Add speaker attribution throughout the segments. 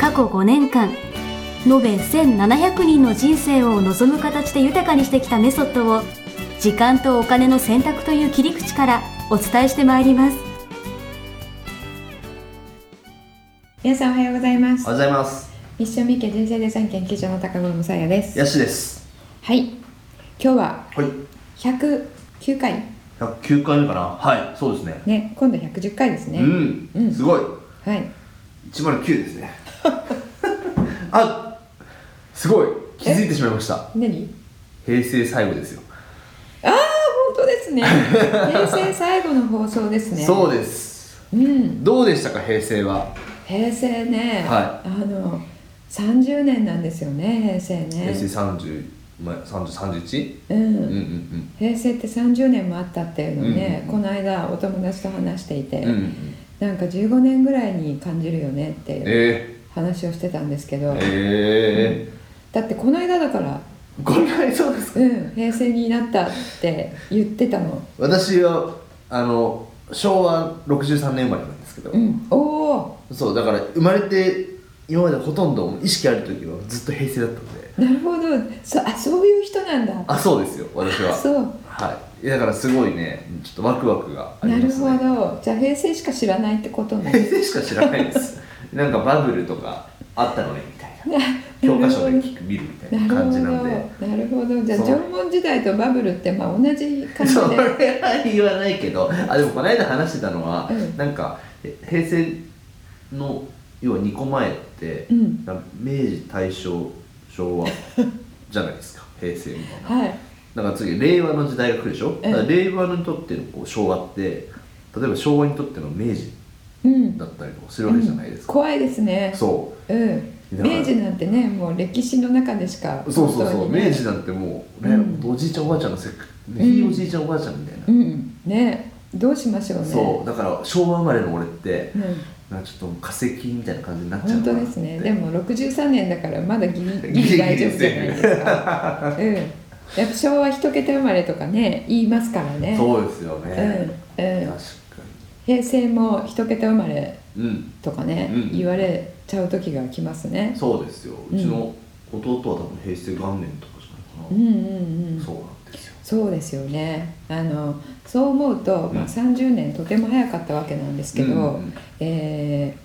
Speaker 1: 過去5年間延べ1700人の人生を望む形で豊かにしてきたメソッドを時間とお金の選択という切り口からお伝えしてまいります
Speaker 2: 皆さんおはようございま
Speaker 3: お
Speaker 2: す
Speaker 3: はようございます。
Speaker 2: 一緒みけ人生デザイン研究所の高頃もさやです
Speaker 3: ヤシです。
Speaker 2: はい今日は
Speaker 3: はい。
Speaker 2: 109回
Speaker 3: 109回目かなはい、そうですね。
Speaker 2: ね今度110回ですね、
Speaker 3: うん、
Speaker 2: うん
Speaker 3: すごい。
Speaker 2: はい
Speaker 3: 109ですね。あすごい。気づいてしまいました。
Speaker 2: 何
Speaker 3: 平成最後ですよ。
Speaker 2: ああ本当です ね平成最後の放送ですね
Speaker 3: そうです。
Speaker 2: う、ん、
Speaker 3: どうでしたか、平成は。
Speaker 2: 平成ね、
Speaker 3: は
Speaker 2: あの30年なんですよね平成ね
Speaker 3: 平成30、まあ、30、31?
Speaker 2: うん、
Speaker 3: うんうんうん。
Speaker 2: 平成って30年もあったっていうのね、
Speaker 3: うん
Speaker 2: この間お友達と話していて、
Speaker 3: うんうんうん、
Speaker 2: なんか15年ぐらいに感じるよねっていう
Speaker 3: え
Speaker 2: 話をしてたんですけ
Speaker 3: ー、
Speaker 2: ど、
Speaker 3: え
Speaker 2: だってこの間だから、
Speaker 3: ー、これぐらいそうですか
Speaker 2: うん、平成になったって言ってたの、
Speaker 3: 私は、あの、昭和63年生まれなんですけど、
Speaker 2: うん、おお
Speaker 3: そうだから生まれて今までほとんど意識ある時はずっと平成だったんで
Speaker 2: なるほどそあそういう人なんだ
Speaker 3: あそうですよ私は
Speaker 2: そう
Speaker 3: はいいやだからすごいねちょっとワクワクがあ
Speaker 2: な
Speaker 3: り
Speaker 2: る
Speaker 3: ます
Speaker 2: ほ
Speaker 3: ね
Speaker 2: どじゃあ平成しか知らないってことね
Speaker 3: 平成しか知らないですなんかバブルとかあったのねみたいな 教科書で聞く見るみたい
Speaker 2: なるほ
Speaker 3: な感
Speaker 2: ど
Speaker 3: じなんで
Speaker 2: なるほどじゃあ
Speaker 3: そう
Speaker 2: 縄文時代とバブルってまあ同じ感じ
Speaker 3: そ
Speaker 2: で
Speaker 3: れは言わないけどあでもこの間話してたのは、
Speaker 2: うん
Speaker 3: なんかえ平成の要は2個前って、
Speaker 2: うん
Speaker 3: なんか明治大正昭和じゃないですか平成みたい
Speaker 2: は
Speaker 3: な
Speaker 2: い
Speaker 3: だから次令和の時代が来るでしょ、
Speaker 2: ん
Speaker 3: だから令和にとってのこう昭和って例えば昭和にとっての明治
Speaker 2: うん
Speaker 3: だったりとかするわけじゃないですか、
Speaker 2: 怖いですね、
Speaker 3: そう
Speaker 2: ん、
Speaker 3: だから
Speaker 2: 明治なんてねもう歴史の中でしか
Speaker 3: うそうそうそう、
Speaker 2: 本当にね
Speaker 3: 明治なんてもう、ね
Speaker 2: うん
Speaker 3: おじいちゃんおばあちゃんのせっか
Speaker 2: ん
Speaker 3: ねひいおじいちゃんおばあちゃんみたいな、
Speaker 2: うんねどうしましょうね
Speaker 3: そうだから昭和生まれの俺って
Speaker 2: うん
Speaker 3: なんかちょっと化石みたいな感じになっちゃう
Speaker 2: 本
Speaker 3: のか
Speaker 2: 当
Speaker 3: な
Speaker 2: ですね
Speaker 3: って
Speaker 2: でも63年だからまだギリ
Speaker 3: ギ
Speaker 2: ギ
Speaker 3: リギ
Speaker 2: リ
Speaker 3: リ
Speaker 2: 大丈夫じゃないです かうんやっぱ昭和一桁生まれとかね言いますからねう、
Speaker 3: そうですよね、
Speaker 2: んう
Speaker 3: 確
Speaker 2: ん
Speaker 3: か、
Speaker 2: 平成も一桁生まれ
Speaker 3: にうん
Speaker 2: とかね、
Speaker 3: うん
Speaker 2: 言われちゃう時が来ますね
Speaker 3: そうですようちの弟は多分平成元年とかじゃないか
Speaker 2: う
Speaker 3: な、
Speaker 2: んうんうん
Speaker 3: そうなんですよ
Speaker 2: そうですよねあのそう思うと、まあ、
Speaker 3: うん
Speaker 2: 30年とても早かったわけなんですけど、
Speaker 3: うんうん
Speaker 2: えー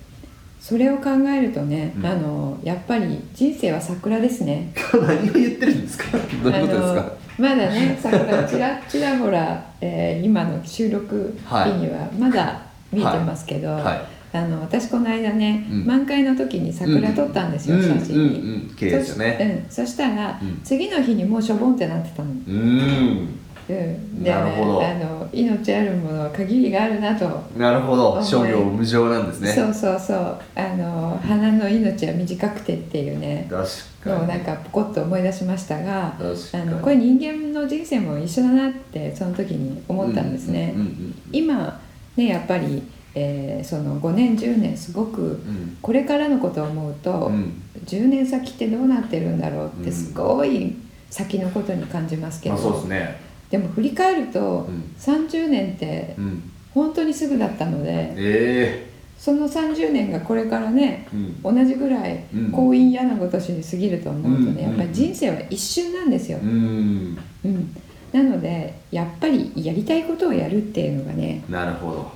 Speaker 2: それを考えるとね、
Speaker 3: うん
Speaker 2: あのやっぱり人生は桜ですね
Speaker 3: 何を言ってるんですか どういうことです
Speaker 2: あ
Speaker 3: か
Speaker 2: のまだね桜ちらちらほら、えー今の収録日にはまだ見えてますけど、
Speaker 3: は
Speaker 2: あの私この間ね、
Speaker 3: うん
Speaker 2: 満開の時に桜撮ったんで
Speaker 3: い
Speaker 2: すよ、
Speaker 3: うん
Speaker 2: 写真に。
Speaker 3: うんうん綺麗でしたね
Speaker 2: そしうん、そしたら、
Speaker 3: うん
Speaker 2: 次の日にもうしょぼんってなってたの、うん、
Speaker 3: うー
Speaker 2: で
Speaker 3: なるほど
Speaker 2: あの命あるものは限りがあるなと、
Speaker 3: んなるほど
Speaker 2: はい
Speaker 3: 商業無常なんですね
Speaker 2: そうそうそうあの花の命は短くてっていうね
Speaker 3: 確
Speaker 2: のを
Speaker 3: か
Speaker 2: なん
Speaker 3: に
Speaker 2: かポコッと思い出しましたが
Speaker 3: 確
Speaker 2: あ
Speaker 3: かに
Speaker 2: のこれ人間の人生も一緒だなってその時に思ったんですね。
Speaker 3: うんうん
Speaker 2: 今ねやっぱり、えーその5年10年すごく
Speaker 3: うん
Speaker 2: これからのことを思うと、
Speaker 3: うんうん
Speaker 2: 10年先ってどうなってるんだろうっ
Speaker 3: う
Speaker 2: て
Speaker 3: ん
Speaker 2: すごい先のことに感じますけ
Speaker 3: ま
Speaker 2: ど、
Speaker 3: あそうですね
Speaker 2: でも振り返ると、
Speaker 3: うん
Speaker 2: 30年って
Speaker 3: うん
Speaker 2: 本当にすぐだったので
Speaker 3: え
Speaker 2: その30年がこれからね
Speaker 3: えうん
Speaker 2: 同じぐらい
Speaker 3: うん
Speaker 2: 幸運やなごとしに過ぎると思うとね、
Speaker 3: うん
Speaker 2: やっぱり人生は一瞬なんですよ
Speaker 3: う、ん
Speaker 2: うん、なのでやっぱりやりたいことをやるっていうのがね
Speaker 3: なるほど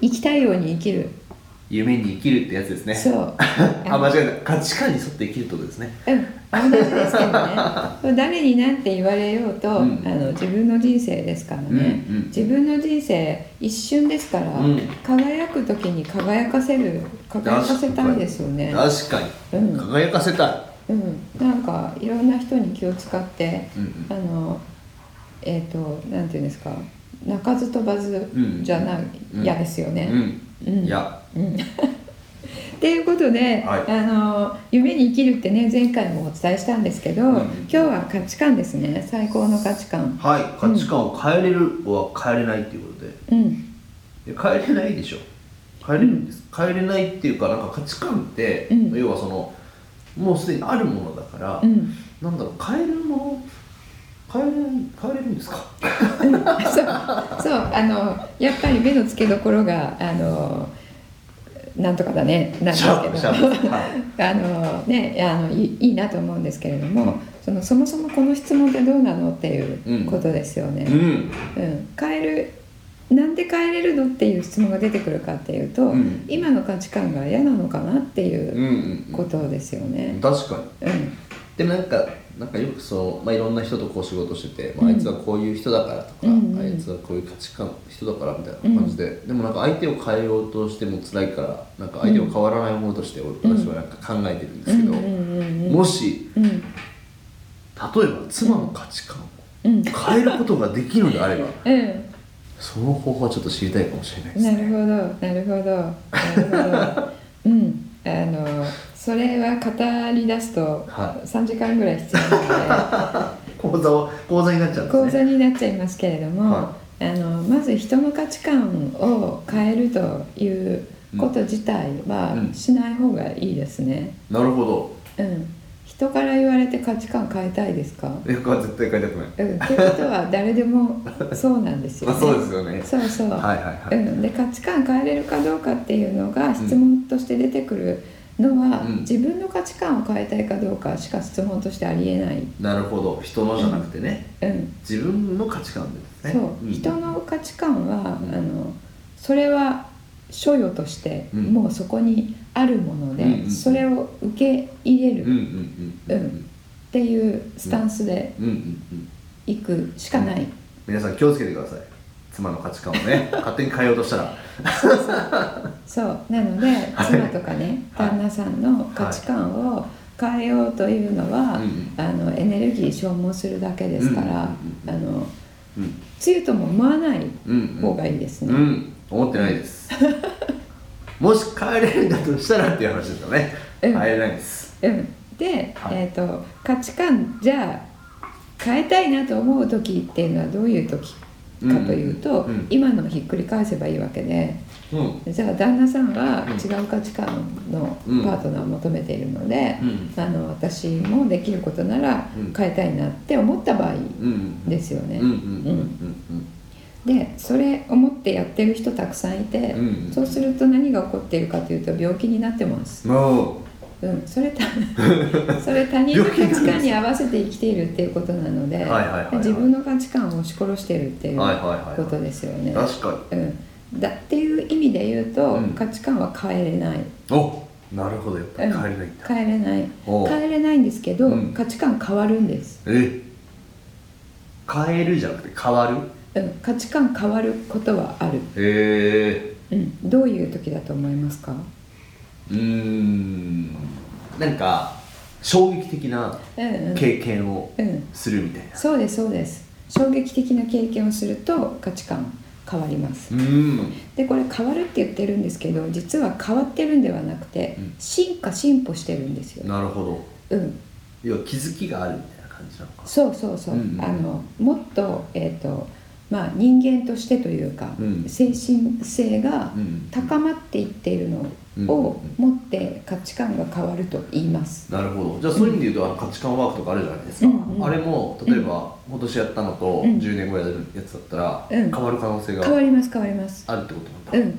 Speaker 2: 生きたいように生きる
Speaker 3: 夢に生きるってやつですね
Speaker 2: そうう。
Speaker 3: あ間違えた価値観に沿って生きるってことですね
Speaker 2: うん、同じですけどね誰になんて言われようと、
Speaker 3: うん
Speaker 2: あの自分の人生ですからね、
Speaker 3: うんうん
Speaker 2: 自分の人生一瞬ですから、
Speaker 3: うん
Speaker 2: 輝く時に輝かせる輝かせたいですよね、
Speaker 3: 確か
Speaker 2: うん
Speaker 3: に輝かせた
Speaker 2: うん、なんかいろんな人に気を使って
Speaker 3: いうん
Speaker 2: あのえっ、となんていうんですか鳴かず飛ばずじゃない、
Speaker 3: うん
Speaker 2: 嫌ですよね、
Speaker 3: うんうんいや
Speaker 2: うん っていうことで、
Speaker 3: はい
Speaker 2: あの夢に生きるってね前回もお伝えしたんですけど、
Speaker 3: うん
Speaker 2: 今日は価値観ですね最高の価値観
Speaker 3: はい価値観を変えれるは変えれないっていうことで
Speaker 2: うん
Speaker 3: いや変えれないでしょ変えれるんです変えれないっていうかなんか価値観って、
Speaker 2: うん
Speaker 3: 要はそのもうすでにあるものだから、
Speaker 2: うん
Speaker 3: なんだろう変えるもの変えれ変えれるんですか
Speaker 2: そうそうあのやっぱり目の付けどころがあのなんとかだねなんです
Speaker 3: シ
Speaker 2: けど
Speaker 3: ャープシャープはい
Speaker 2: あのね、あのいいいいなと思うんですけれどもそのそもそもこの質問ってどうなのっていうことですよ ね。
Speaker 3: うん
Speaker 2: うん変えるなんで変えれるのっていう質問が出てくるかっていうと、
Speaker 3: うん
Speaker 2: 今の価値観が嫌なのかなってい
Speaker 3: うん
Speaker 2: う
Speaker 3: うん
Speaker 2: ことですよ
Speaker 3: うん
Speaker 2: ね。
Speaker 3: 確かに
Speaker 2: うん
Speaker 3: でもなんかなんかよくそう、まあ、いろんな人とこう仕事してて、まあ、あ
Speaker 2: うん
Speaker 3: いつはこういう人だからとか、
Speaker 2: うんうん
Speaker 3: あいつはこういう価値観の人だからみたいな感じで、でもなんか相手を変えようとしても辛いからなんか相手を変わらないものとして私はなんか考えてるんで
Speaker 2: う
Speaker 3: す
Speaker 2: ん
Speaker 3: け
Speaker 2: う
Speaker 3: ど、
Speaker 2: んうんうん
Speaker 3: もし
Speaker 2: うん
Speaker 3: 例えば妻の価値観を
Speaker 2: うん
Speaker 3: 変えることができるのであれば
Speaker 2: うん
Speaker 3: その方法はちょっと知りたいかもしれないです
Speaker 2: な
Speaker 3: ね。
Speaker 2: るほど、なるほど、なるほ ど。うん、あの、それは語り出すと
Speaker 3: は、
Speaker 2: 三時間ぐらい必要な
Speaker 3: 講座を講座になっちゃう
Speaker 2: ので。
Speaker 3: ん
Speaker 2: 講
Speaker 3: です
Speaker 2: 座
Speaker 3: ね。
Speaker 2: になっちゃいますけれども、
Speaker 3: は
Speaker 2: あの、まず人の価値観を変えるということ自体
Speaker 3: う
Speaker 2: は
Speaker 3: ん
Speaker 2: しない方がいいですね。
Speaker 3: なるほど。
Speaker 2: うん、人から言われて価値観変えたいですか。
Speaker 3: え、これは絶対変えたくない。
Speaker 2: うん、ということは誰でもそうなんですよ ね。
Speaker 3: まあ、そうですよね。
Speaker 2: そうそう。
Speaker 3: はいはいは
Speaker 2: う
Speaker 3: い。
Speaker 2: ん、で価値観変えれるかどうかっていうのが質問として出てくるのは、
Speaker 3: うん
Speaker 2: 自分の価値観を変えたいかどうかしか質問としてありえない、
Speaker 3: なるほど。人のじゃなくてね、
Speaker 2: うん
Speaker 3: 自分の価値観ですね。
Speaker 2: そう、
Speaker 3: ん
Speaker 2: 人の価値観は、
Speaker 3: うん
Speaker 2: あのそれは所与として、
Speaker 3: うん
Speaker 2: もうそこにあるもので、
Speaker 3: うんうん
Speaker 2: それを受け入れ
Speaker 3: うんう
Speaker 2: るっ
Speaker 3: んうんうん
Speaker 2: ていうスタンスで
Speaker 3: うんうんうん
Speaker 2: いくしかない、
Speaker 3: 皆さん気をつけてください妻の価値観を ね勝手に変えようとしたら
Speaker 2: そうなので
Speaker 3: はい
Speaker 2: 妻とかね、
Speaker 3: はい
Speaker 2: 旦那さんの価値観を変えようというのは、
Speaker 3: うんうん
Speaker 2: あのエネルギー消耗するだけですから、
Speaker 3: うん
Speaker 2: あの
Speaker 3: うん
Speaker 2: 梅雨とも思わない
Speaker 3: うん
Speaker 2: 方がいいです
Speaker 3: う
Speaker 2: ね。
Speaker 3: ん思ってないです もし変えれるんだとしたらっていう話ですよね
Speaker 2: うん
Speaker 3: 変えれないです
Speaker 2: うんで、
Speaker 3: はい
Speaker 2: えー、と価値観じゃあ変えたいなと思う時っていうのはどういう時かというと、
Speaker 3: うんうんうん
Speaker 2: 今のをひっくり返せばいいわけで。
Speaker 3: うんうん
Speaker 2: じゃあ旦那さんは
Speaker 3: うん
Speaker 2: 違う価値観の
Speaker 3: うん
Speaker 2: パートナーを求めているので、
Speaker 3: うん
Speaker 2: あの私もできることなら
Speaker 3: うん
Speaker 2: 変えたいなって思った場合
Speaker 3: うん
Speaker 2: ですよね。
Speaker 3: うんうんうん
Speaker 2: でそれ思ってやってる人たくさんいて、
Speaker 3: うん
Speaker 2: そうすると何が起こっているかというと病気になってます。
Speaker 3: うんも
Speaker 2: うん、それた それ他人の価値観に合わせて生きているっていうことなので
Speaker 3: いはいはいはい
Speaker 2: 自分の価値観を押し殺してるっていうう
Speaker 3: はいはいはい
Speaker 2: ことですよね。
Speaker 3: 確か
Speaker 2: うん、だっていう意味で言うと、
Speaker 3: うん
Speaker 2: 価値観は変えれない、
Speaker 3: におなるほどやっぱ
Speaker 2: う
Speaker 3: り
Speaker 2: ん
Speaker 3: 変えれないんだ
Speaker 2: 変えれない
Speaker 3: おう
Speaker 2: 変えれないんですけど、
Speaker 3: うん
Speaker 2: 価値観変わるんです、
Speaker 3: え変えるじゃなくて変わる
Speaker 2: うん、価値観変わることはある、
Speaker 3: へえ
Speaker 2: うん、どういう時だと思いますか、
Speaker 3: うーんなんか衝撃的な
Speaker 2: うんうん
Speaker 3: 経験を
Speaker 2: うん、
Speaker 3: するみたいな
Speaker 2: そうですそうです衝撃的な経験をすると価値観変わります
Speaker 3: うーん
Speaker 2: でこれ変わるって言ってるんですけど実は変わってるんではなくて
Speaker 3: うん
Speaker 2: 進化進歩してるんですよ、
Speaker 3: なるほ
Speaker 2: う
Speaker 3: ど
Speaker 2: ん、
Speaker 3: 要は気づきがあるみたいな感じなのか
Speaker 2: そうそうそう、
Speaker 3: うんうん
Speaker 2: あのもっと,、えーとまあ、人間としてというか、
Speaker 3: うん
Speaker 2: 精神性が
Speaker 3: うん
Speaker 2: 高まっていっているのを持って価値観が変わると言います。
Speaker 3: なるほどじゃあそういう意味で言うと、あの価値観ワークとかあるじゃないですか、
Speaker 2: うんうん
Speaker 3: あれも例えば、今年やったのと
Speaker 2: うん
Speaker 3: 10年後やるやつだったら、
Speaker 2: うん
Speaker 3: 変わる可能性が
Speaker 2: 変わります変わります。
Speaker 3: あるってことなんだ、
Speaker 2: うん
Speaker 3: へ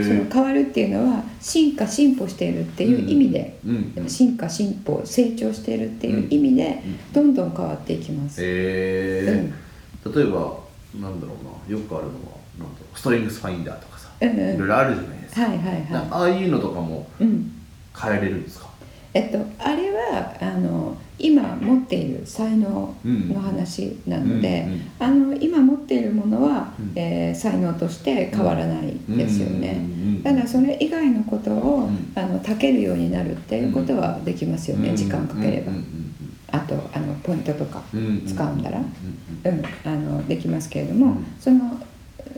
Speaker 2: うんその変わるっていうのは進化進歩しているっていう意味で、
Speaker 3: うんうん
Speaker 2: 進化進歩成長しているっていう意味で、
Speaker 3: うん
Speaker 2: どんどん変わっていきます。
Speaker 3: えー例えばなんだろうなよくあるのはなんだろうストリングスファインダーとかさ、
Speaker 2: うんうん
Speaker 3: いろいろあるじゃないですか、
Speaker 2: はいはい
Speaker 3: な
Speaker 2: は
Speaker 3: ああいうのとかも
Speaker 2: い。うん
Speaker 3: 変えれるんですか
Speaker 2: えっと、あれはあの今持っている才能の話なので、あの今持っているものは、
Speaker 3: うん
Speaker 2: えー才能として変わらないですよね。ただそ
Speaker 3: れ
Speaker 2: れ以外のことを、
Speaker 3: うん
Speaker 2: あのたけるようになるっていうことはできますよね、時間かければ、あとあのポイントとか、使うんだらうん、あのできますけれども、
Speaker 3: うん
Speaker 2: その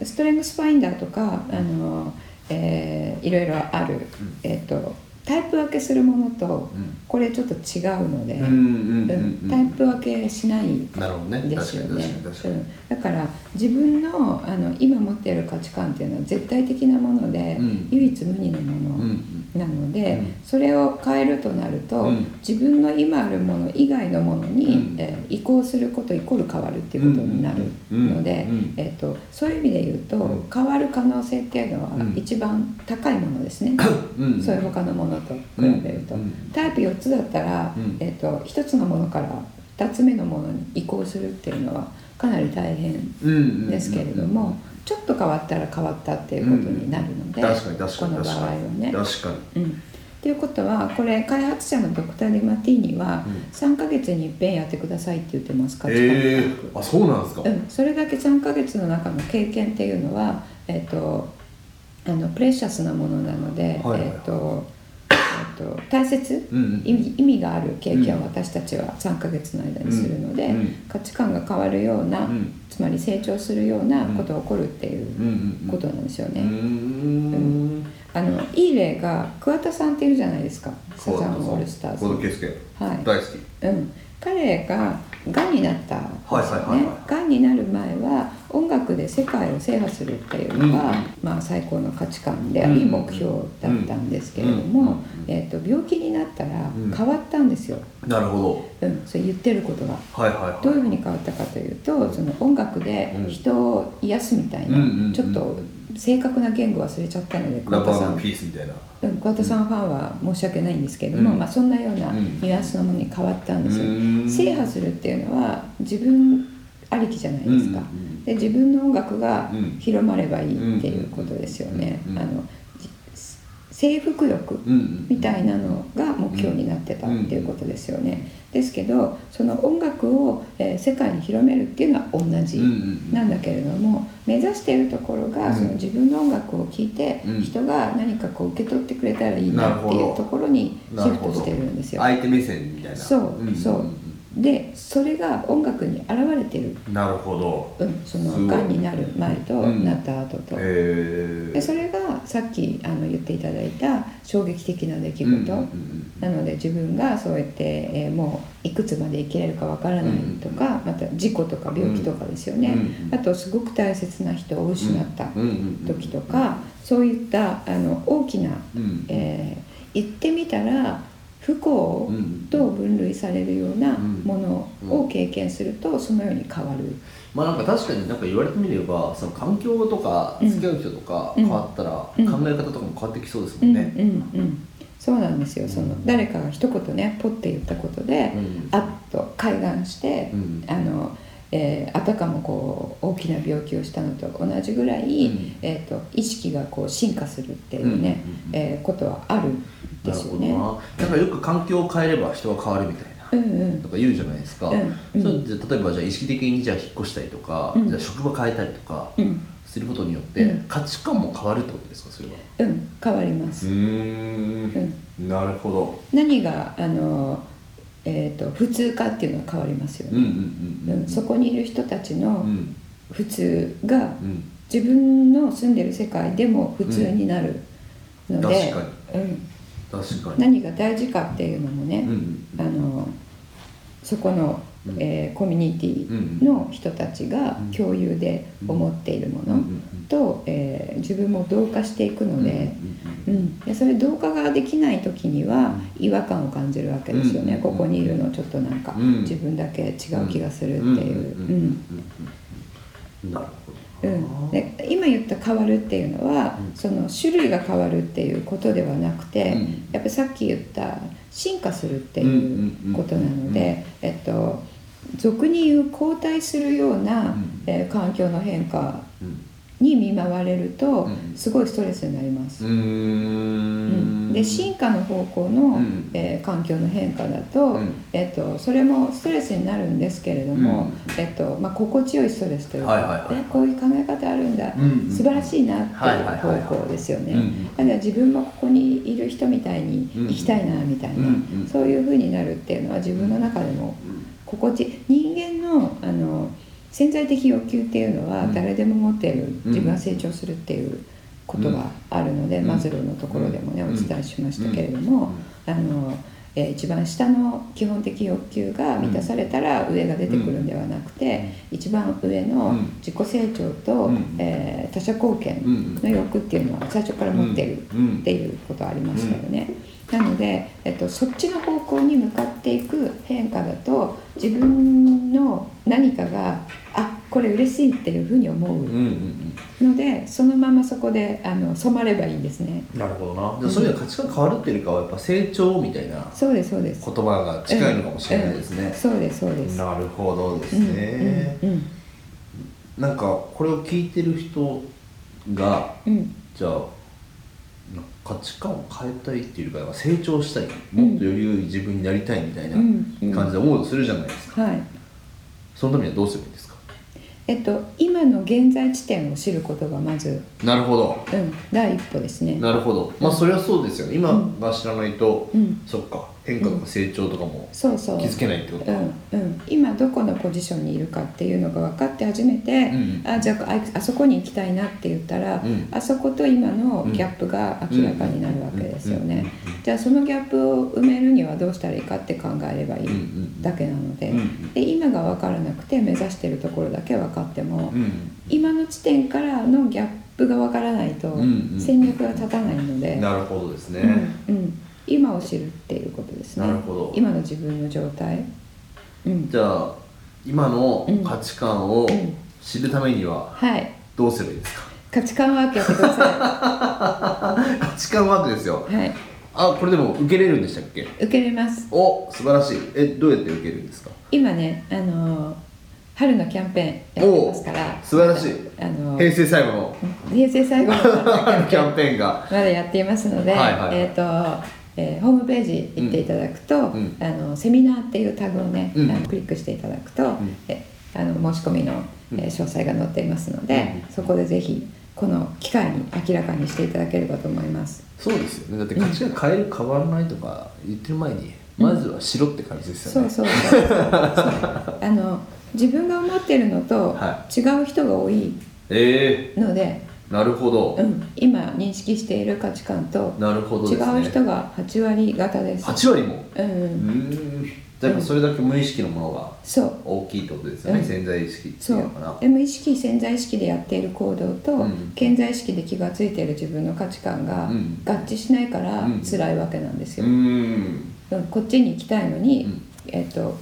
Speaker 2: ストレングスファインダーとかあの、えいろいろある、えっとタイプ分けするものと
Speaker 3: うん
Speaker 2: これちょっと違うので、
Speaker 3: うんうんうんう
Speaker 2: うん
Speaker 3: ん
Speaker 2: タイプ分けしない
Speaker 3: なるほどね
Speaker 2: ですよね
Speaker 3: 確かに確かに確かに
Speaker 2: うんだから自分のあの今持っている価値観っていうのは絶対的なもので、
Speaker 3: うん
Speaker 2: 唯一無二のも
Speaker 3: うんう
Speaker 2: の
Speaker 3: ん
Speaker 2: なので、
Speaker 3: うん
Speaker 2: それを変えるとなると、
Speaker 3: うん
Speaker 2: 自分の今あるもの以外のものに、
Speaker 3: うん
Speaker 2: えー移行することイコール変わるっていうことになるので、
Speaker 3: うんうんうんうん
Speaker 2: えー、とそういう意味で言うと、
Speaker 3: うん
Speaker 2: 変わる可能性っていうのは
Speaker 3: うん
Speaker 2: 一番高いものですね、
Speaker 3: うん
Speaker 2: そういう他のものと比べると、
Speaker 3: うんうん
Speaker 2: タイプ4つだったら、
Speaker 3: うん
Speaker 2: えー、と1つのものから2つ目のものに移行するっていうのはかなり大変
Speaker 3: うんうん
Speaker 2: ですけれども、ちょっと変わったら変わったっていうことになるので、
Speaker 3: うん確かに確かに
Speaker 2: この場合はね。
Speaker 3: 確かに
Speaker 2: うんっていうことはこれ開発者のドクター・ディマティーニは
Speaker 3: うん
Speaker 2: 3ヶ月に一遍やってくださいって言ってます価値観
Speaker 3: ええあそうなんですか、
Speaker 2: うん、それだけ3ヶ月の中の経験っていうのは、えっとあのプレシャスなものなので、
Speaker 3: はいはい
Speaker 2: えっとえっと大切、
Speaker 3: うんうん
Speaker 2: 意味意味がある経験
Speaker 3: うん
Speaker 2: を私たちは3ヶ月の間にするので、
Speaker 3: うんうん
Speaker 2: 価値観が変わるような、
Speaker 3: うん
Speaker 2: つまり成長するようなことが起こるってい
Speaker 3: うんう
Speaker 2: うん
Speaker 3: うん
Speaker 2: ことなんですよね。
Speaker 3: うーん
Speaker 2: あのいい例が桑田さんっているじゃないですかサザンオールスターズ
Speaker 3: 小野圭介
Speaker 2: はい
Speaker 3: 大好
Speaker 2: う
Speaker 3: き
Speaker 2: ん、彼ががんになったん
Speaker 3: はい
Speaker 2: です
Speaker 3: はい
Speaker 2: よ
Speaker 3: はい
Speaker 2: ね
Speaker 3: はい
Speaker 2: がんになる前は音楽で世界を制覇するっていうのが、
Speaker 3: うん
Speaker 2: まあ、最高の価値観であり
Speaker 3: うん
Speaker 2: 目標だったんですけれど
Speaker 3: うんう
Speaker 2: も、
Speaker 3: ん
Speaker 2: えー、と病気になったら
Speaker 3: うん
Speaker 2: 変わったんですよ、
Speaker 3: なるほ
Speaker 2: うん、それ言ってることが。
Speaker 3: どはいはいはい
Speaker 2: どういうふうに変わったかというとその音楽で人を癒すみたいな、
Speaker 3: うんうん
Speaker 2: ちょっと正確な言語忘れちゃったので
Speaker 3: ラ
Speaker 2: 桑田
Speaker 3: バ
Speaker 2: さ
Speaker 3: ー
Speaker 2: ん
Speaker 3: のピースみたいな
Speaker 2: うん桑田さんファンは申し訳ないんですけれども、
Speaker 3: うん
Speaker 2: まあ、そんなような
Speaker 3: うん
Speaker 2: ニュアンスのものに変わったんですよ、
Speaker 3: うん
Speaker 2: 制覇するっていうのは自分ありきじゃないですか、
Speaker 3: うんうんうん
Speaker 2: で自分の音楽が
Speaker 3: うん
Speaker 2: 広まればいいっていうことですよね、
Speaker 3: うんうん
Speaker 2: あのじ征服力
Speaker 3: うんうん
Speaker 2: みたいなのが目標になってたっていうことですよねですけどその音楽を、えー世界に広めるっていうのは同じ
Speaker 3: うんうんうん
Speaker 2: なんだけれども目指しているところ
Speaker 3: う
Speaker 2: が
Speaker 3: ん
Speaker 2: その自分の音楽を聴いて
Speaker 3: うん
Speaker 2: 人が何かこう受け取ってくれたらいい
Speaker 3: なる
Speaker 2: なって
Speaker 3: ほ
Speaker 2: い
Speaker 3: ど
Speaker 2: うところに
Speaker 3: な
Speaker 2: シ
Speaker 3: る
Speaker 2: フ
Speaker 3: ほ
Speaker 2: トし
Speaker 3: ど
Speaker 2: てるんですよ。
Speaker 3: 相手目線みたいな
Speaker 2: そ
Speaker 3: んん
Speaker 2: うんそうでそれが音楽に現れてる、
Speaker 3: なるほど
Speaker 2: うん、そ
Speaker 3: すご
Speaker 2: の
Speaker 3: い
Speaker 2: がんになる前と
Speaker 3: うん
Speaker 2: なった後と。
Speaker 3: へえ
Speaker 2: でそれがさっきあの言っていただいた衝撃的な出来事、
Speaker 3: うんうん
Speaker 2: なので自分がそうやって、えーもういくつまで生きれるかわからないとか、また事故とか病気とかですよね、
Speaker 3: うん
Speaker 2: あとすごく大切な人を失った
Speaker 3: うんうんうんうん
Speaker 2: 時とか、そういったあの大きな、
Speaker 3: うん
Speaker 2: えー言ってみたら不幸
Speaker 3: うんうん
Speaker 2: と分類されるような
Speaker 3: うん
Speaker 2: ものを経験するとそのように変わる。
Speaker 3: まあなんか確かになんか言われてみればその環境とか
Speaker 2: うん
Speaker 3: 付き合う人とか
Speaker 2: うん
Speaker 3: 変わったら考
Speaker 2: う
Speaker 3: え
Speaker 2: ん
Speaker 3: 方とかも変わってきそうです
Speaker 2: う
Speaker 3: も
Speaker 2: ん
Speaker 3: んね。
Speaker 2: うんうんそうなんですよその誰かが一言ねポッて言ったことで、
Speaker 3: うん
Speaker 2: あっと開眼して、
Speaker 3: うん
Speaker 2: あのえーあたかもこう大きな病気をしたのと同じぐらい、
Speaker 3: うん
Speaker 2: えー、と意識がこう進化するっていうね、
Speaker 3: うん
Speaker 2: えーことはあるんで
Speaker 3: なる
Speaker 2: すよ
Speaker 3: ほど
Speaker 2: ね。
Speaker 3: な。だからよく環境を変えれば人は変わるみたいな。
Speaker 2: うんうん
Speaker 3: とか言うじゃないですか、
Speaker 2: うんうん
Speaker 3: それじゃあ例えばじゃあ意識的にじゃあ引っ越したりとか、
Speaker 2: うん
Speaker 3: じゃあ職場変えたりとか
Speaker 2: うん
Speaker 3: することによって
Speaker 2: うん
Speaker 3: 価値観も変わるってことですかそれは
Speaker 2: うん、変わります、
Speaker 3: んなるほど
Speaker 2: 何があの、えー、と普通かっていうのは変わりますよ
Speaker 3: うんうん
Speaker 2: ね、
Speaker 3: うんうん
Speaker 2: うんそこにいる人たちの
Speaker 3: うん
Speaker 2: 普通が
Speaker 3: うん
Speaker 2: 自分の住んでる世界でも普通になるので、
Speaker 3: うん確
Speaker 2: うん
Speaker 3: 確かに
Speaker 2: 何が大事かっていうのもね、
Speaker 3: うん
Speaker 2: あのそこの、
Speaker 3: うん
Speaker 2: えーコミュニティの人たちが
Speaker 3: うん
Speaker 2: 共有で思っているも
Speaker 3: うん
Speaker 2: の
Speaker 3: うん
Speaker 2: と、えー自分も同化していくので。う
Speaker 3: う
Speaker 2: んん、でそれ同化ができない時には違和感を感じるわけですよね、
Speaker 3: うん
Speaker 2: ここにいるのちょっとなんか
Speaker 3: うん
Speaker 2: 自分だけ違う気がするっていう。
Speaker 3: うん
Speaker 2: う
Speaker 3: うん
Speaker 2: ん
Speaker 3: うんなるほ
Speaker 2: う
Speaker 3: どな、
Speaker 2: ん、で今言った変わるっていうのは、
Speaker 3: うん
Speaker 2: その種類が変わるっていうことではなくて、
Speaker 3: うん
Speaker 2: やっぱりさっき言った進化するって
Speaker 3: んうん
Speaker 2: い
Speaker 3: うんう
Speaker 2: うんことなので、えっと俗に言う後退するような、
Speaker 3: ん
Speaker 2: えー環境の変化
Speaker 3: うん
Speaker 2: に見舞われると、
Speaker 3: うん
Speaker 2: すごいストレスになります。
Speaker 3: う
Speaker 2: うんんで進化の方向の、
Speaker 3: ん
Speaker 2: えー環境の変化だと,、
Speaker 3: うん
Speaker 2: えっとそれもストレスになるんですけれども、
Speaker 3: うん
Speaker 2: えっとまあ、心地よいストレスというか、
Speaker 3: はいはいはい
Speaker 2: えこういう考え方あるんだ、
Speaker 3: うん
Speaker 2: 素晴らしいなって
Speaker 3: はい
Speaker 2: い
Speaker 3: は
Speaker 2: う
Speaker 3: いはいはい
Speaker 2: 方向ですよね。
Speaker 3: うん
Speaker 2: だから自分もここにいる人みたいに
Speaker 3: うん
Speaker 2: 生きたいなみたいな、
Speaker 3: うんうん
Speaker 2: そういう風になるっていうのは自分の中でも心地人間のあの潜在的欲求っていうのは
Speaker 3: うん
Speaker 2: 誰でも持っている
Speaker 3: うん
Speaker 2: 自分は成長するっていうことがあるので、マズローのところでもね、
Speaker 3: うん
Speaker 2: お伝えしましたけれども、あのえー一番下の基本的欲求が満たされたら上が出てくるんではなくて、一番上
Speaker 3: う
Speaker 2: の
Speaker 3: ん
Speaker 2: 自己成長と、
Speaker 3: うん
Speaker 2: えー他者貢献の欲っていうのは最初から持ってる
Speaker 3: うん
Speaker 2: っていうことありましたよね。なので、えっと、そっちの方向に向かっていく変化だと自分の何かがあこれ嬉しいっていうふうに思う
Speaker 3: うんうんうん
Speaker 2: のでそのままそこであの染まればいいんですね
Speaker 3: なるほどな、でそういうのは価値観変わるっていうよりかはやっぱ成長みたいな
Speaker 2: そうですそうです
Speaker 3: 言葉が近いのかもしれないです
Speaker 2: うん
Speaker 3: ね、
Speaker 2: そうですそうです
Speaker 3: なるほどです
Speaker 2: うん
Speaker 3: ね、
Speaker 2: うん
Speaker 3: なんかこれを聞いてる人が
Speaker 2: うんうん
Speaker 3: じゃあなんか価値観を変えたいっていうか成長したいもっとより良い自分になりたいみたいな
Speaker 2: うんうん
Speaker 3: 感じで思うとするじゃないですか、
Speaker 2: はい
Speaker 3: そのためにはどうすればいいんですか
Speaker 2: えっと今の現在地点を知ることがまず、
Speaker 3: なるほど
Speaker 2: うん、第一歩ですね
Speaker 3: なるほどまあそれはそうですよね今が知らないと、
Speaker 2: うん
Speaker 3: そっか変化とか成長とかも
Speaker 2: そうそう
Speaker 3: 気づけないってこと
Speaker 2: う
Speaker 3: か、
Speaker 2: んうん、今どこのポジションにいるかっていうのが分かって初めて、
Speaker 3: うん
Speaker 2: あじゃあああそこに行きたいなって言ったら、
Speaker 3: うん
Speaker 2: あそこと今のギャップが明らかになるわけですよね、じゃあそのギャップを埋めるにはどうしたらいいかって考えればい
Speaker 3: うんう
Speaker 2: い
Speaker 3: ん
Speaker 2: だけなので,、
Speaker 3: うんうん
Speaker 2: で今が分からなくて目指してるところだけ分かっても、
Speaker 3: うん
Speaker 2: 今の地点からのギャップが分からないと
Speaker 3: うんうん
Speaker 2: 戦略が立たないので、
Speaker 3: なるほどですね、
Speaker 2: うんうん、今を知るっていうことですね
Speaker 3: なるほど
Speaker 2: 今の自分の状態、うん、
Speaker 3: じゃあ今の価値観を
Speaker 2: うん
Speaker 3: 知るためには
Speaker 2: はい
Speaker 3: どうすればいいですか、
Speaker 2: 価値観ワークやってくださ
Speaker 3: 価値観ワークですよ
Speaker 2: いはい
Speaker 3: あこれでも受けれるんでしたっけ
Speaker 2: 受けれます
Speaker 3: お素晴らしいえどうやって受けるんですか
Speaker 2: 今ねあのー春のキャンペーンやってますから
Speaker 3: お素晴らしい
Speaker 2: あの
Speaker 3: 平
Speaker 2: ー
Speaker 3: 成最後の
Speaker 2: 平成最後の春のキャン
Speaker 3: キ
Speaker 2: ペーン
Speaker 3: ャンペーンが
Speaker 2: まだやっていますので、
Speaker 3: はいはい
Speaker 2: えっ、と、えーホームページ行っていただくと、
Speaker 3: うん
Speaker 2: あのセミナーっていうタグをね、
Speaker 3: うん
Speaker 2: あのクリックしていただくと、
Speaker 3: ん
Speaker 2: えあの申し込みの、えー詳細が載っていますので、そこでぜひこの機会に明らかにしていただければと思います。
Speaker 3: そうですよねだって価値観変える変わらないとか言ってる前にまずはしろって感じです
Speaker 2: そ
Speaker 3: よね、
Speaker 2: うそうそう そうあの自分が思ってるのと
Speaker 3: は
Speaker 2: 違う人が多い
Speaker 3: え
Speaker 2: ので、
Speaker 3: ー、なるほど、
Speaker 2: うん、今認識している価値観と
Speaker 3: なるほど
Speaker 2: 違
Speaker 3: ですね
Speaker 2: う人が8割方です。
Speaker 3: 8割も
Speaker 2: う
Speaker 3: うんんだからそれだけ無意識のものが
Speaker 2: そう
Speaker 3: 大きいってことですよね、
Speaker 2: うん
Speaker 3: 潜在意識ってい
Speaker 2: そうう
Speaker 3: のかな
Speaker 2: で無意識潜在意識でやっている行動と、
Speaker 3: うん
Speaker 2: 潜在意識で気が付いている自分の価値観が
Speaker 3: うん
Speaker 2: 合致しないから
Speaker 3: うん
Speaker 2: 辛いわけなんです
Speaker 3: う
Speaker 2: よ、
Speaker 3: ん
Speaker 2: うんこっちに行きたいのに、
Speaker 3: うん
Speaker 2: えっと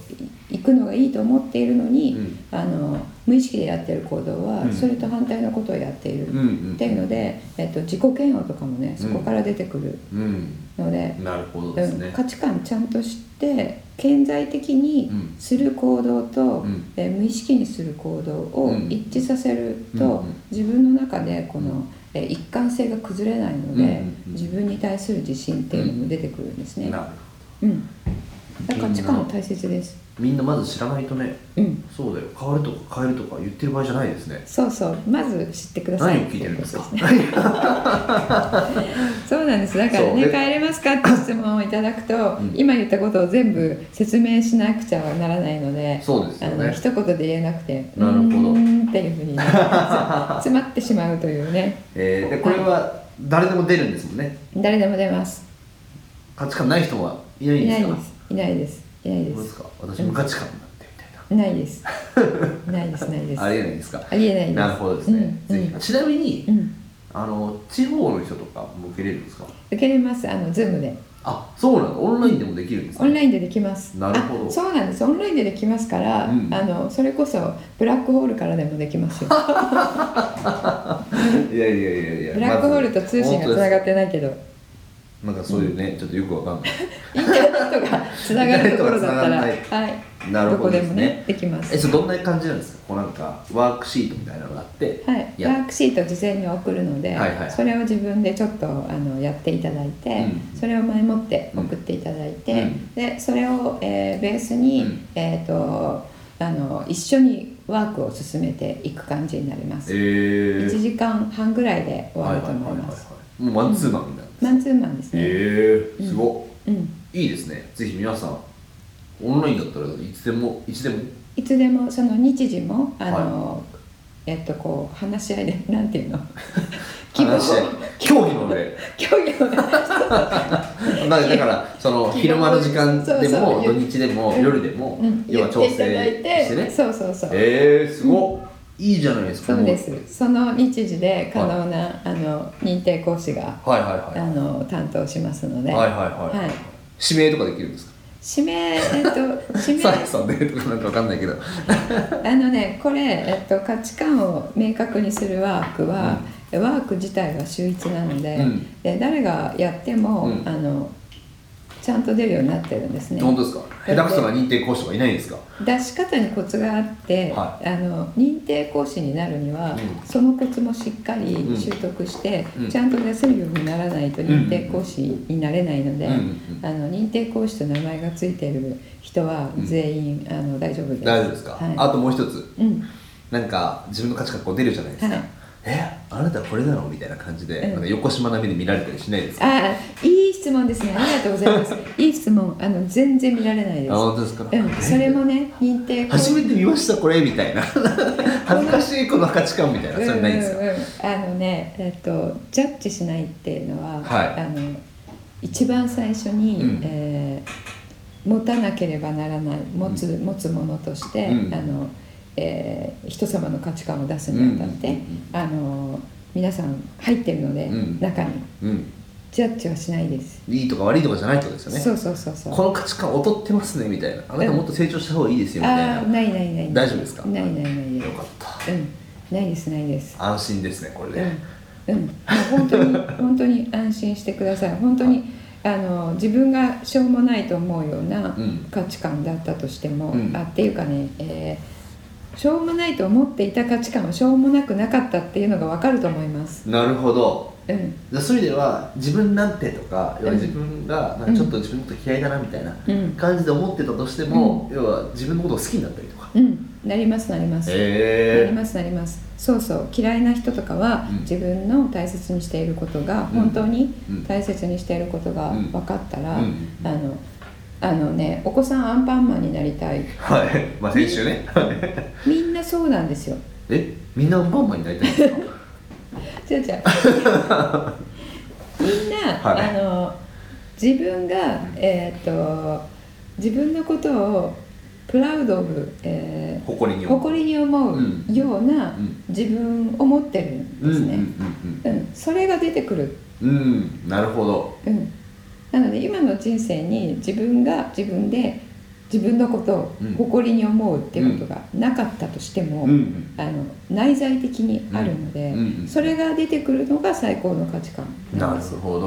Speaker 2: い行くのがいいと思っているのに、
Speaker 3: うん
Speaker 2: あの無意識でやっている行動は、
Speaker 3: うん
Speaker 2: それと反対のことをやっている、
Speaker 3: うんうん
Speaker 2: っていうので、えっと、自己嫌悪とかもねそこから出てくる
Speaker 3: うん
Speaker 2: ので、
Speaker 3: なるほど
Speaker 2: う
Speaker 3: です
Speaker 2: ん
Speaker 3: ね、
Speaker 2: 価値観ちゃんと知って顕在的に
Speaker 3: うん
Speaker 2: する行動と、
Speaker 3: うん
Speaker 2: えー無意識にする行動を
Speaker 3: うん
Speaker 2: 一致させると、
Speaker 3: うんうん
Speaker 2: 自分の中でこの、
Speaker 3: うん
Speaker 2: えー一貫性が崩れないので、
Speaker 3: うんうんうん
Speaker 2: 自分に対する自信っていうのも出てくるんですね。
Speaker 3: なるほど
Speaker 2: うん、だから価値観も大切です。
Speaker 3: みんなまず知らないとね
Speaker 2: うん、
Speaker 3: そうだよ変わるとか変えるとか言ってる場合じゃないです ね
Speaker 2: そうそう、まず知ってください。
Speaker 3: 何を聞いてるんですか
Speaker 2: っていうことねそうなんです。だからね、
Speaker 3: そうで
Speaker 2: 帰れますかって質問をいただくと、
Speaker 3: うん
Speaker 2: 今言ったことを全部説明しなくちゃならないので。
Speaker 3: そうです
Speaker 2: あ
Speaker 3: よ
Speaker 2: の
Speaker 3: ね
Speaker 2: 一言で言えなくて「
Speaker 3: なるほど
Speaker 2: うーん」っていうふう にね詰まってしまうというね
Speaker 3: えー、でこれは誰でも出るんですもんね
Speaker 2: 誰でも出ます
Speaker 3: 価値観ない人はいないん
Speaker 2: い
Speaker 3: で
Speaker 2: な
Speaker 3: す
Speaker 2: い
Speaker 3: か
Speaker 2: ですいないですいないで
Speaker 3: どうですすか私無価値観なんてみたいな、
Speaker 2: ないです ないですないです
Speaker 3: ありえないですか
Speaker 2: ありえないです
Speaker 3: なるほどですね、
Speaker 2: うん
Speaker 3: ぜひちなみに、
Speaker 2: うんうん
Speaker 3: あの地方の人とかも受けれるんですか
Speaker 2: 受けれますあの Zoom で
Speaker 3: あそうなのオンラインでもできるんですか
Speaker 2: オンラインでできます
Speaker 3: なるほど
Speaker 2: あそうなんですオンラインでできますから、
Speaker 3: うん
Speaker 2: あのそれこそブラックホールからでもでき ますよ
Speaker 3: いやいやいやいや
Speaker 2: ブラックホールと通信がつなが
Speaker 3: って
Speaker 2: ってないけど
Speaker 3: なんかそういうね、ちょっとよくわかんない
Speaker 2: インターネットがつながるところだったら
Speaker 3: インターネットがつ
Speaker 2: はい
Speaker 3: なるほど
Speaker 2: ど
Speaker 3: で
Speaker 2: こですも
Speaker 3: ね
Speaker 2: ねできます
Speaker 3: えそれどんな感じなんですかこうなんかワークシートみたいなのがあって
Speaker 2: はい、ワ
Speaker 3: や
Speaker 2: ークシートを事前に送るので、
Speaker 3: はいはい
Speaker 2: それを自分でちょっとあのやっていただいて、
Speaker 3: うん
Speaker 2: それを前もって送っていただいて、
Speaker 3: うん
Speaker 2: でそれを、えーベースに、
Speaker 3: うん
Speaker 2: えー、とあの一緒にワークを進めていく感じになります、
Speaker 3: え
Speaker 2: 1
Speaker 3: ー、
Speaker 2: 時間半ぐらいで終わると思います、
Speaker 3: はいはいはいはいもうマンツーマンみたいな、
Speaker 2: マンツーマンですね、
Speaker 3: ええー、すごっ、
Speaker 2: うん、
Speaker 3: いいですねぜひ皆さんオンラインだったらいつでもいつでも
Speaker 2: いつでも その日時もあの、えっとこう話し合いでなんていうの希望
Speaker 3: 話し合い競技の上
Speaker 2: 競技を
Speaker 3: まあだからそ の
Speaker 2: 希望
Speaker 3: 昼間の時間で
Speaker 2: そ
Speaker 3: も
Speaker 2: うそう
Speaker 3: 土日でも
Speaker 2: うん
Speaker 3: 夜でも
Speaker 2: うん
Speaker 3: 要は調整して
Speaker 2: 言っていただいて
Speaker 3: ね
Speaker 2: そうそうそう、
Speaker 3: えー、すごっいいじゃないですか
Speaker 2: そうで
Speaker 3: も
Speaker 2: すその日時で可能な、あの認定講師が
Speaker 3: うはいはい
Speaker 2: あ
Speaker 3: はい
Speaker 2: の担当しますので、
Speaker 3: はいはいはい
Speaker 2: はい
Speaker 3: 指名とかできるんですか
Speaker 2: 指名えっと 指名
Speaker 3: サイさんでとかなんかわかんないけど
Speaker 2: あのねこれ、えっと、価値観を明確にするワークは、ワーク自体が秀逸なので,、
Speaker 3: うん
Speaker 2: で誰がやっても、
Speaker 3: うん
Speaker 2: あのちゃんと出るようになってるんですね。
Speaker 3: 本当ですか下手くそな認定講師とかいないんですか
Speaker 2: 出し方にコツがあって、
Speaker 3: は
Speaker 2: あの認定講師になるには、
Speaker 3: うん
Speaker 2: そのコツもしっかり
Speaker 3: うん
Speaker 2: 習得して、
Speaker 3: うん
Speaker 2: ちゃんと出せるようにならないと認定講師になれないので、
Speaker 3: うんうん
Speaker 2: あの認定講師と名前がついている人は
Speaker 3: うん
Speaker 2: 全員、あの大丈夫です。
Speaker 3: 大丈夫ですか、
Speaker 2: はい、
Speaker 3: あともう一つ
Speaker 2: うん
Speaker 3: なんか自分の価値観こう出るじゃないですか、
Speaker 2: はい
Speaker 3: えあなたはこれなのみたいな感じで、
Speaker 2: うん
Speaker 3: なんか横島な目で見られたりしないですか
Speaker 2: あいい質問ですねありがとうございます いい質問あの全然見られないです
Speaker 3: あ本当ですか、
Speaker 2: うん、それもね認定講師
Speaker 3: 初めて見ましたこれみたいな恥ずかしいこの価値観みたいなそれないんです
Speaker 2: うん
Speaker 3: か
Speaker 2: うんうんあのね、えっと、ジャッジしないっていうのは、
Speaker 3: はい
Speaker 2: あの一番最初に、
Speaker 3: うん
Speaker 2: えー持たなければならない持つ,、持つものとして、
Speaker 3: うん
Speaker 2: あのえー人様の価値観を出すにあたって、
Speaker 3: うんうん
Speaker 2: あの皆さん入ってるので、
Speaker 3: うん
Speaker 2: 中に
Speaker 3: うん
Speaker 2: ジャッジはしないです、
Speaker 3: いいとか悪いとかじゃないってことですよね
Speaker 2: そうそうそうそう
Speaker 3: この価値観劣ってますねみたいなあなたもっと成長した方がいいですよみたい
Speaker 2: あ
Speaker 3: な
Speaker 2: あーないないない
Speaker 3: 大丈夫ですか
Speaker 2: ないないないで
Speaker 3: よかった
Speaker 2: すうんないですないです
Speaker 3: 安心ですねこれで、
Speaker 2: うん、うん、もう本当に本当に安心してください本当にあの自分がしょうもないと思うような
Speaker 3: うん
Speaker 2: 価値観だったとしても、
Speaker 3: うん
Speaker 2: あっていうかね、えーしょうもないと思っていた価値観はしょうもなくなかったっていうのがわかると思います。
Speaker 3: なるほど
Speaker 2: うん、
Speaker 3: だそういう意味では自分なんてとか要は
Speaker 2: うん
Speaker 3: 自分がなんかちょっと自分のこと嫌いだなみたいな
Speaker 2: うん
Speaker 3: 感じで思ってたとしても、要は自分のことを好きになったりとか
Speaker 2: うん、なりますなります。なり
Speaker 3: え
Speaker 2: ますなりますそうそう嫌いな人とかは、
Speaker 3: うん
Speaker 2: 自分の大切にしていることが、
Speaker 3: うん
Speaker 2: 本当に
Speaker 3: うん
Speaker 2: 大切にしていることが
Speaker 3: うん
Speaker 2: 分かったら、
Speaker 3: うん
Speaker 2: あのあのねお子さんアンパンマンになりたい
Speaker 3: ー、はいまあ先週ね
Speaker 2: みんなそうなんですよ
Speaker 3: えみんなアンパンマンになりたいんですか
Speaker 2: じゃあじゃ あみんな、
Speaker 3: はい
Speaker 2: あの自分がえーっと自分のことをプラウド・オブ、えー
Speaker 3: 誇りに思う
Speaker 2: 誇りに思
Speaker 3: うん
Speaker 2: うような
Speaker 3: うん
Speaker 2: 自分を持ってるんですね、
Speaker 3: うん
Speaker 2: うん、それが出てくる、
Speaker 3: うんうんうん、うん、なるほど
Speaker 2: うん、なので今の人生に自分が自分で自分のことを
Speaker 3: うん
Speaker 2: 誇りに思うっていうことがなかったとしても、
Speaker 3: うんうん
Speaker 2: あの内在的にあるので、
Speaker 3: うんうんうん
Speaker 2: それが出てくるのが最高の価値観な
Speaker 3: なんる
Speaker 2: ですよ。
Speaker 3: ほ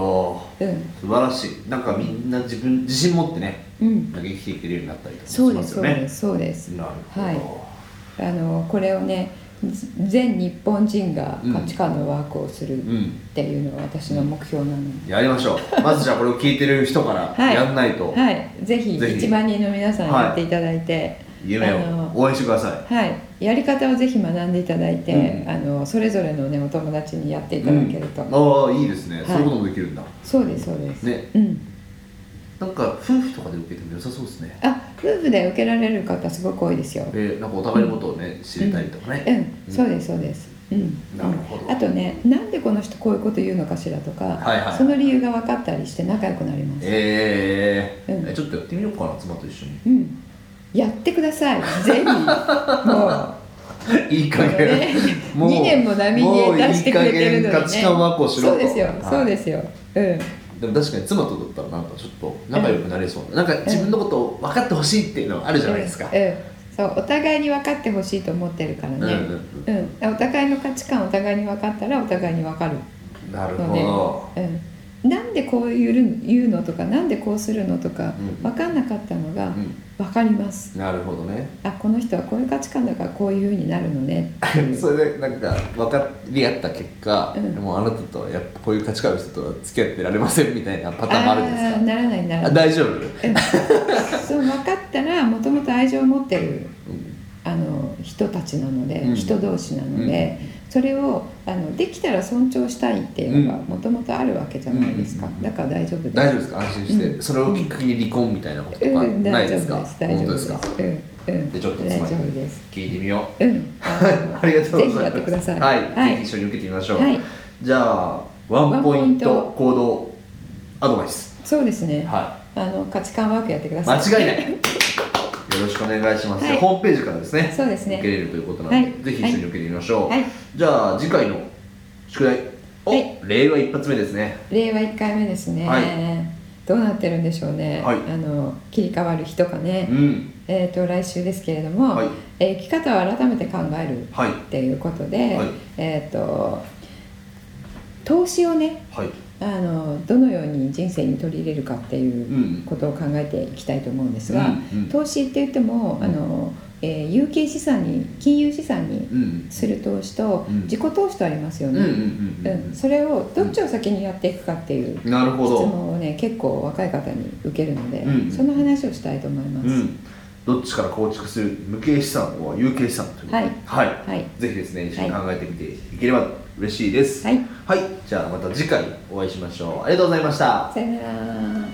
Speaker 3: ど
Speaker 2: うん
Speaker 3: 素晴らしいなんかみんな自分自信持ってね
Speaker 2: うん、
Speaker 3: なんか生きていけるようになったりとかし
Speaker 2: そう
Speaker 3: ま
Speaker 2: です
Speaker 3: す
Speaker 2: そ
Speaker 3: よ
Speaker 2: う
Speaker 3: ね
Speaker 2: ですそうです
Speaker 3: なるほど、
Speaker 2: はいあのこれをねぜ全日本人が価値観のワークをする
Speaker 3: う
Speaker 2: っ
Speaker 3: ん
Speaker 2: ていうのが私の目標なので、
Speaker 3: やりましょ うまずじゃあこれを聞いてる人から
Speaker 2: はい
Speaker 3: やんないと
Speaker 2: はい、ぜひ
Speaker 3: ぜひ
Speaker 2: 1万人の皆さんやっていただいて、
Speaker 3: 夢
Speaker 2: あ
Speaker 3: を
Speaker 2: の
Speaker 3: 応援してくださ
Speaker 2: はい、やり方をぜひ学んでいただいて、
Speaker 3: うん
Speaker 2: あのそれぞれの、ね、お友達にやって
Speaker 3: い
Speaker 2: いただけると、
Speaker 3: うんああいいですね、
Speaker 2: はい
Speaker 3: そういうこともできるんだ
Speaker 2: そうですそうです、
Speaker 3: ね
Speaker 2: うん、
Speaker 3: なんか夫婦とかで受けても良さそうですね
Speaker 2: あ夫婦で受けられる方すごく多いですよ、
Speaker 3: えー、なんかお互いのことをね知れたりとか
Speaker 2: う
Speaker 3: ね、
Speaker 2: ん、そうですそうです、うん、
Speaker 3: なるほど
Speaker 2: あとねなんでこの人こういうこと言うのかしらとか、
Speaker 3: はいはい
Speaker 2: その理由が分かったりして仲良くなります、
Speaker 3: えー
Speaker 2: うん
Speaker 3: えちょっとやってみようかな妻と一緒に
Speaker 2: うん、やってくださいぜひ もう
Speaker 3: いい加減
Speaker 2: もうね、2年もナビゲーターしてくれてるのに、ね、
Speaker 3: もういい加減価値観ワークをしろと
Speaker 2: そうですよ、
Speaker 3: はい
Speaker 2: そうですよ、うん、
Speaker 3: でも確かに妻とだったらなんかちょっと仲良くなれそうな、なんか自分のことを分かってほしいっていうのがあるじゃないですか、
Speaker 2: うん、そうお互いに分かってほしいと思ってるからね、
Speaker 3: うん
Speaker 2: うんお互いの価値観お互いに分かったらお互いに分かる
Speaker 3: なるほど
Speaker 2: ので、うん、なんでこういう言うのとかなんでこうするのとか
Speaker 3: う
Speaker 2: 分
Speaker 3: ん
Speaker 2: かんなかったのが
Speaker 3: うん
Speaker 2: 分かります、
Speaker 3: なるほどね
Speaker 2: あこの人はこういう価値観だからこういうふうになるのねっていう
Speaker 3: それでなんか分かり合った結果、
Speaker 2: うん
Speaker 3: もうあなたとはやっぱこういう価値観の人とは付き合ってられませんみたいなパターンもあるん
Speaker 2: あー
Speaker 3: です
Speaker 2: ならないなら
Speaker 3: か
Speaker 2: な
Speaker 3: あ
Speaker 2: い
Speaker 3: 大丈夫、
Speaker 2: そう分かったらもともと愛情を持ってる
Speaker 3: うん
Speaker 2: あの人たちなので、
Speaker 3: うん
Speaker 2: 人同士なので、それをあのできたら尊重したいっていうのが
Speaker 3: うん
Speaker 2: もともとあるわけじゃないですか、
Speaker 3: うんうんうん
Speaker 2: だから大丈夫です
Speaker 3: 大丈夫ですか安心して、
Speaker 2: うん
Speaker 3: それをきっかけに離婚みたいなこととか
Speaker 2: うん
Speaker 3: な
Speaker 2: 大
Speaker 3: い
Speaker 2: 丈
Speaker 3: です
Speaker 2: 夫
Speaker 3: か、
Speaker 2: です大丈
Speaker 3: 本
Speaker 2: 夫
Speaker 3: 当
Speaker 2: で
Speaker 3: です
Speaker 2: す
Speaker 3: か
Speaker 2: うんうん
Speaker 3: でちょっとつ
Speaker 2: 大
Speaker 3: ま
Speaker 2: 丈
Speaker 3: り
Speaker 2: 夫です
Speaker 3: 聞いてみよう
Speaker 2: うん
Speaker 3: ありがとうございます
Speaker 2: ぜひやってください
Speaker 3: はい、
Speaker 2: はい
Speaker 3: ぜひ一緒に受けてみましょう、
Speaker 2: はい
Speaker 3: じゃあワンポイント行動アドバイス
Speaker 2: そうですね、
Speaker 3: は
Speaker 2: あの価値観ワークやってくだ
Speaker 3: い
Speaker 2: さ
Speaker 3: 間
Speaker 2: い
Speaker 3: 違いないよろしくお願いします、
Speaker 2: はい
Speaker 3: ホームページからですね
Speaker 2: そうですね
Speaker 3: 受けれるということなので、
Speaker 2: はい
Speaker 3: ぜひ一緒に受けてみましょう、
Speaker 2: はい
Speaker 3: じゃあ次回の宿題お、
Speaker 2: はい
Speaker 3: 令和一発目ですね
Speaker 2: 令和1回目ですね、
Speaker 3: はい
Speaker 2: どうなってるんでしょうね、
Speaker 3: はい
Speaker 2: あの切り替わる日とかね、
Speaker 3: うん
Speaker 2: えー、と来週ですけれども、
Speaker 3: はい
Speaker 2: えー生き方を改めて考える
Speaker 3: はい
Speaker 2: っていうことで、
Speaker 3: はい
Speaker 2: えっ、と投資をね
Speaker 3: はい
Speaker 2: あのどのように人生に取り入れるかっていうううんことを考えていきたいと思うんですが、
Speaker 3: うんうん
Speaker 2: 投資って言ってもあの、えー有形資産に金融資産に
Speaker 3: うん
Speaker 2: する投資と、
Speaker 3: うん
Speaker 2: 自己投資とありますよ
Speaker 3: うん
Speaker 2: ね、
Speaker 3: うんうん
Speaker 2: うんそれをどっちを先にやっていくかっていう
Speaker 3: うんなる
Speaker 2: 質
Speaker 3: ほど、
Speaker 2: 問をね結構若い方に受けるので、
Speaker 3: うん
Speaker 2: その話をしたいと思いま
Speaker 3: う
Speaker 2: す、
Speaker 3: ん、どっちから構築する無形資産は有形資産ということではい、
Speaker 2: はい
Speaker 3: ぜひですね一緒に考えてみていければ嬉しいです
Speaker 2: はい、
Speaker 3: はい、じゃあまた次回お会いしましょうありがとうございました
Speaker 2: さよなら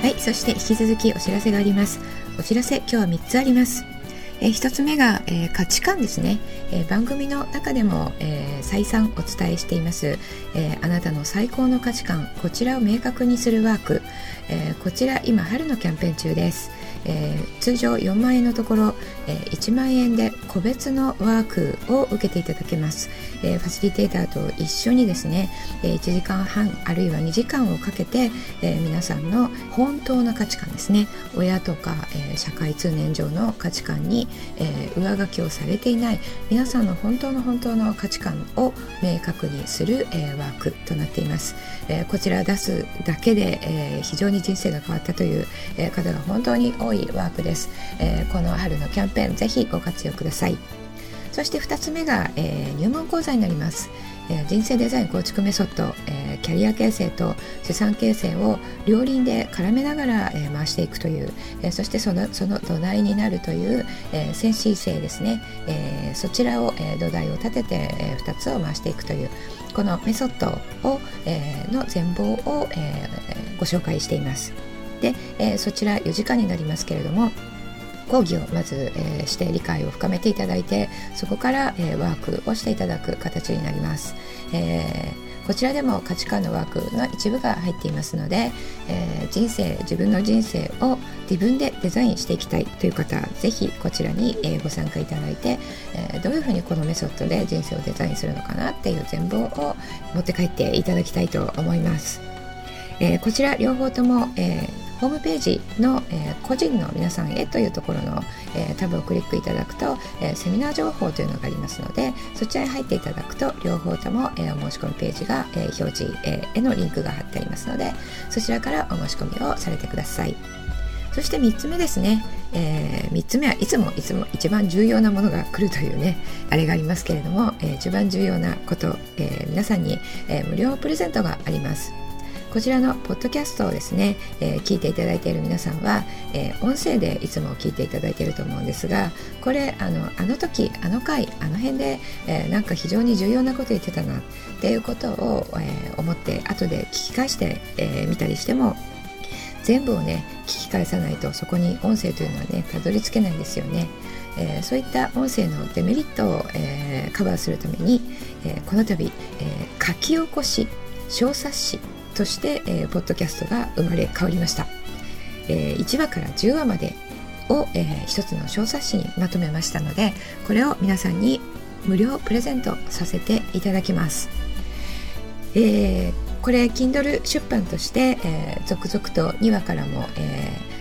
Speaker 2: はいそして引き続きお知らせがありますお知らせ今日は3つありますえー一つ目が、えー価値観ですね、えー番組の中でも、えー再三お伝えしています、えーあなたの最高の価値観こちらを明確にするワーク、えーこちら今春のキャンペーン中です、えー通常4万円のところ、えー1万円で個別のワークを受けていただけます、えーファシリテーターと一緒にですね、え1時間半あるいは2時間をかけて、えー皆さんの本当の価値観ですね親とか、えー社会通念上の価値観に、えー上書きをされていない皆さんの本当の本当の価値観を明確にする、えーワークとなっています、えーこちら出すだけで、えー非常に人生が変わったという、えー方が本当に多いワークです、えーこの春のキャンペーンぜひご活用くださいそして2つ目が、えー入門講座になります、えー人生デザイン構築メソッド、えーキャリア形成と資産形成を両輪で絡めながら、えー回していくという、えーそしてそのその土台になるという、えー先進性ですね、えーそちらを、えー土台を立てて、え2つを回していくというこのメソッドを、えーの全貌を、えーご紹介していますで、えーそちら4時間になりますけれども講義をまず、えーして理解を深めていただいてそこから、えーワークをしていただく形になります、えーこちらでも価値観のワークの一部が入っていますので、えー人生自分の人生を自分でデザインしていきたいという方ぜひこちらに、えーご参加いただいて、えーどういうふうにこのメソッドで人生をデザインするのかなっていう全貌を持って帰っていただきたいと思いますえーこちら両方とも、えーホームページの、えー個人の皆さんへというところの、えータブをクリックいただくと、えーセミナー情報というのがありますのでそちらに入っていただくと両方とも、えーお申し込みページが、えー表示、えーへのリンクが貼ってありますのでそちらからお申し込みをされてください。そして3つ目ですね、え3つ目はいつもいつも一番重要なものが来るというねあれがありますけれども、えー一番重要なこと、えー皆さんに、えー無料プレゼントがあります。こちらのポッドキャストをですね、えー聞いていただいている皆さんは、えー音声でいつも聞いていただいていると思うんですがこれあのあの時あの回あの辺で、えーなんか非常に重要なこと言ってたなっていうことを、えー思って後で聞き返してみ、えー見たりしても全部をね聞き返さないとそこに音声というのはねたどり着けないんですよね。えーそういった音声のデメリットを、えーカバーするために、えーこの度、えー書き起こし小冊子として、えーポッドキャストが生まれ変わりました、えー1話から10話までを、えー一つの小冊子にまとめましたのでこれを皆さんに無料プレゼントさせていただきますえーこれ Kindle 出版として、えー続々と2話からも、えー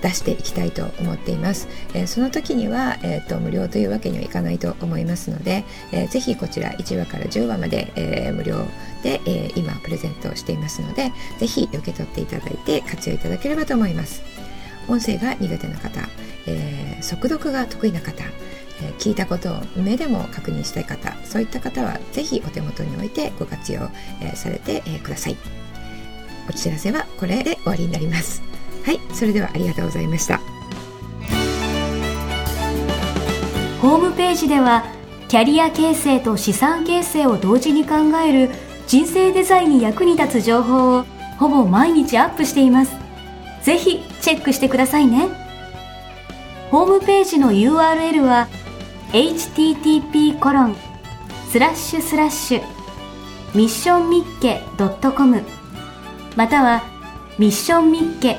Speaker 2: 出していきたいと思っています、えーその時には、えーと無料というわけにはいかないと思いますので、えーぜひこちら1話から10話まで、えー無料で、えー今プレゼントをしていますのでぜひ受け取っていただいて活用いただければと思います音声が苦手な方、えー速読が得意な方、えー聞いたことを目でも確認したい方そういった方はぜひお手元に置いてご活用、えーされて、えーくださいお知らせはこれで終わりになりますはいそれではありがとうございました
Speaker 1: ホームページではキャリア形成と資産形成を同時に考える人生デザインに役に立つ情報をほぼ毎日アップしています。ぜひチェックしてくださいね。ホームページの URL は http コロンスラッシュスラッシュミッションミッケ .com またはミッションミッケ